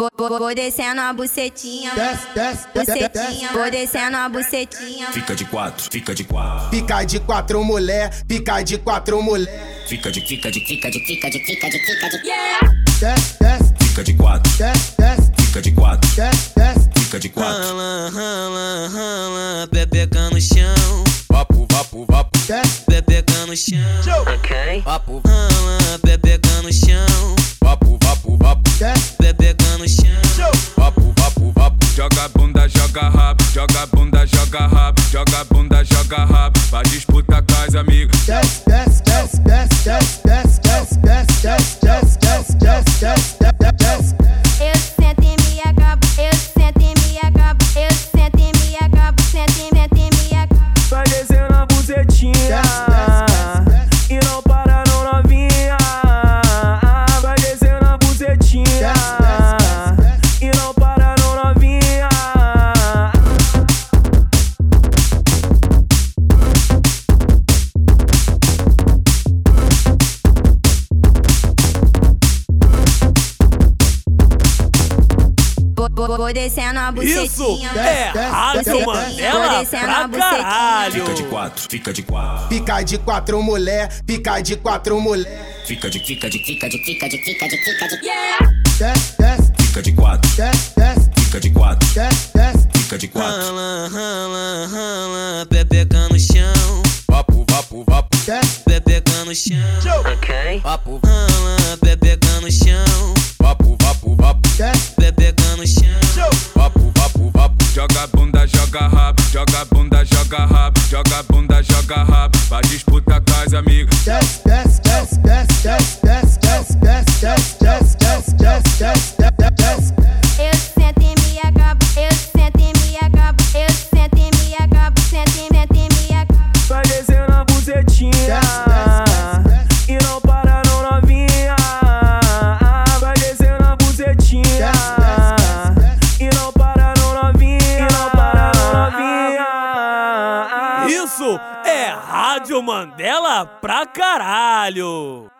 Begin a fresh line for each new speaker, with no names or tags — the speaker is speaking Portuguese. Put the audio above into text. Vou, vou, vou descendo a bucetinha.
Desce, desce, desce, desce.
Bucetinha, vou descendo a bucetinha.
Fica de quatro, fica de quatro.
Fica de quatro mulher, fica de quatro mulher.
Fica de, fica de, fica de, fica de, fica de, fica de,
Desce, desce,
fica de quatro,
desce, desce,
fica de quatro,
desce, desce.
fica de quatro.
Rala, rala, rala, pepeca no chão,
Vapo, vapo, vapo.
Desce,
pepeca no chão.
Vapo,
Rala, pepeca no chão,
vapo, vapo, vapo.
desce,
pepeca no chão.
Vapo, vapo, vapo.
Joga bunda, joga rabo, joga bunda, joga rabo, joga bunda, joga rabo. Vai disputar com as amigas.
desce, desce, desce, desce, desce, desce, desce, desce, desce, desce, desce, desce, desce, desce.
Eu sento e me acabo, eu sento e me acabo, eu sento e me acabo, sento e sento e me acabo.
Vai descendo a bucetinha
Desce, desce, desce, desce.
E não para não novinha Ah, Vai descendo a bucetinha
Desce, desce, desce, desce.
E não para não novinha
Vou, vou, vou descendo a
Isso
bucetinha.
é Rádio Mandela pra caralho.
Fica de quatro, fica de quatro.
Fica de quatro mulher, fica de quatro mulher.
Fica de, fica de, fica de, fica de, fica de, fica de,
Desce, desce,
fica de quatro,
desce, desce,
fica de quatro,
desce, desce.
fica de quatro.
Rala, rala, rala, pepeca no chão,
Vapo, vapo, vapo.
Desce,
pepeca no chão.
Vapo,
Rala, pepeca no chão,
vapo, vapo, vapo.
desce,
pepeca no chão.
Vapo, vapo, vapo.
Joga bunda, joga rabo, joga bunda, joga rabo, joga bunda, joga rabo. Vai disputar com as amigas.
desce, desce, desce, desce, desce, desce, desce, desce, desce, desce, desce, desce, desce, desce.
Eu sento e me acabo, eu sento e me acabo, eu sento e me acabo, sento e sento e me acabo.
Vai Tá descendo a bucetinha
Desce, desce, desce, desce.
E não para não novinha Vai descendo a bucetinha
Desce, desce, desce, desce.
E não para não novinha E não para não novinha
Isso é Rádio Mandela pra caralho.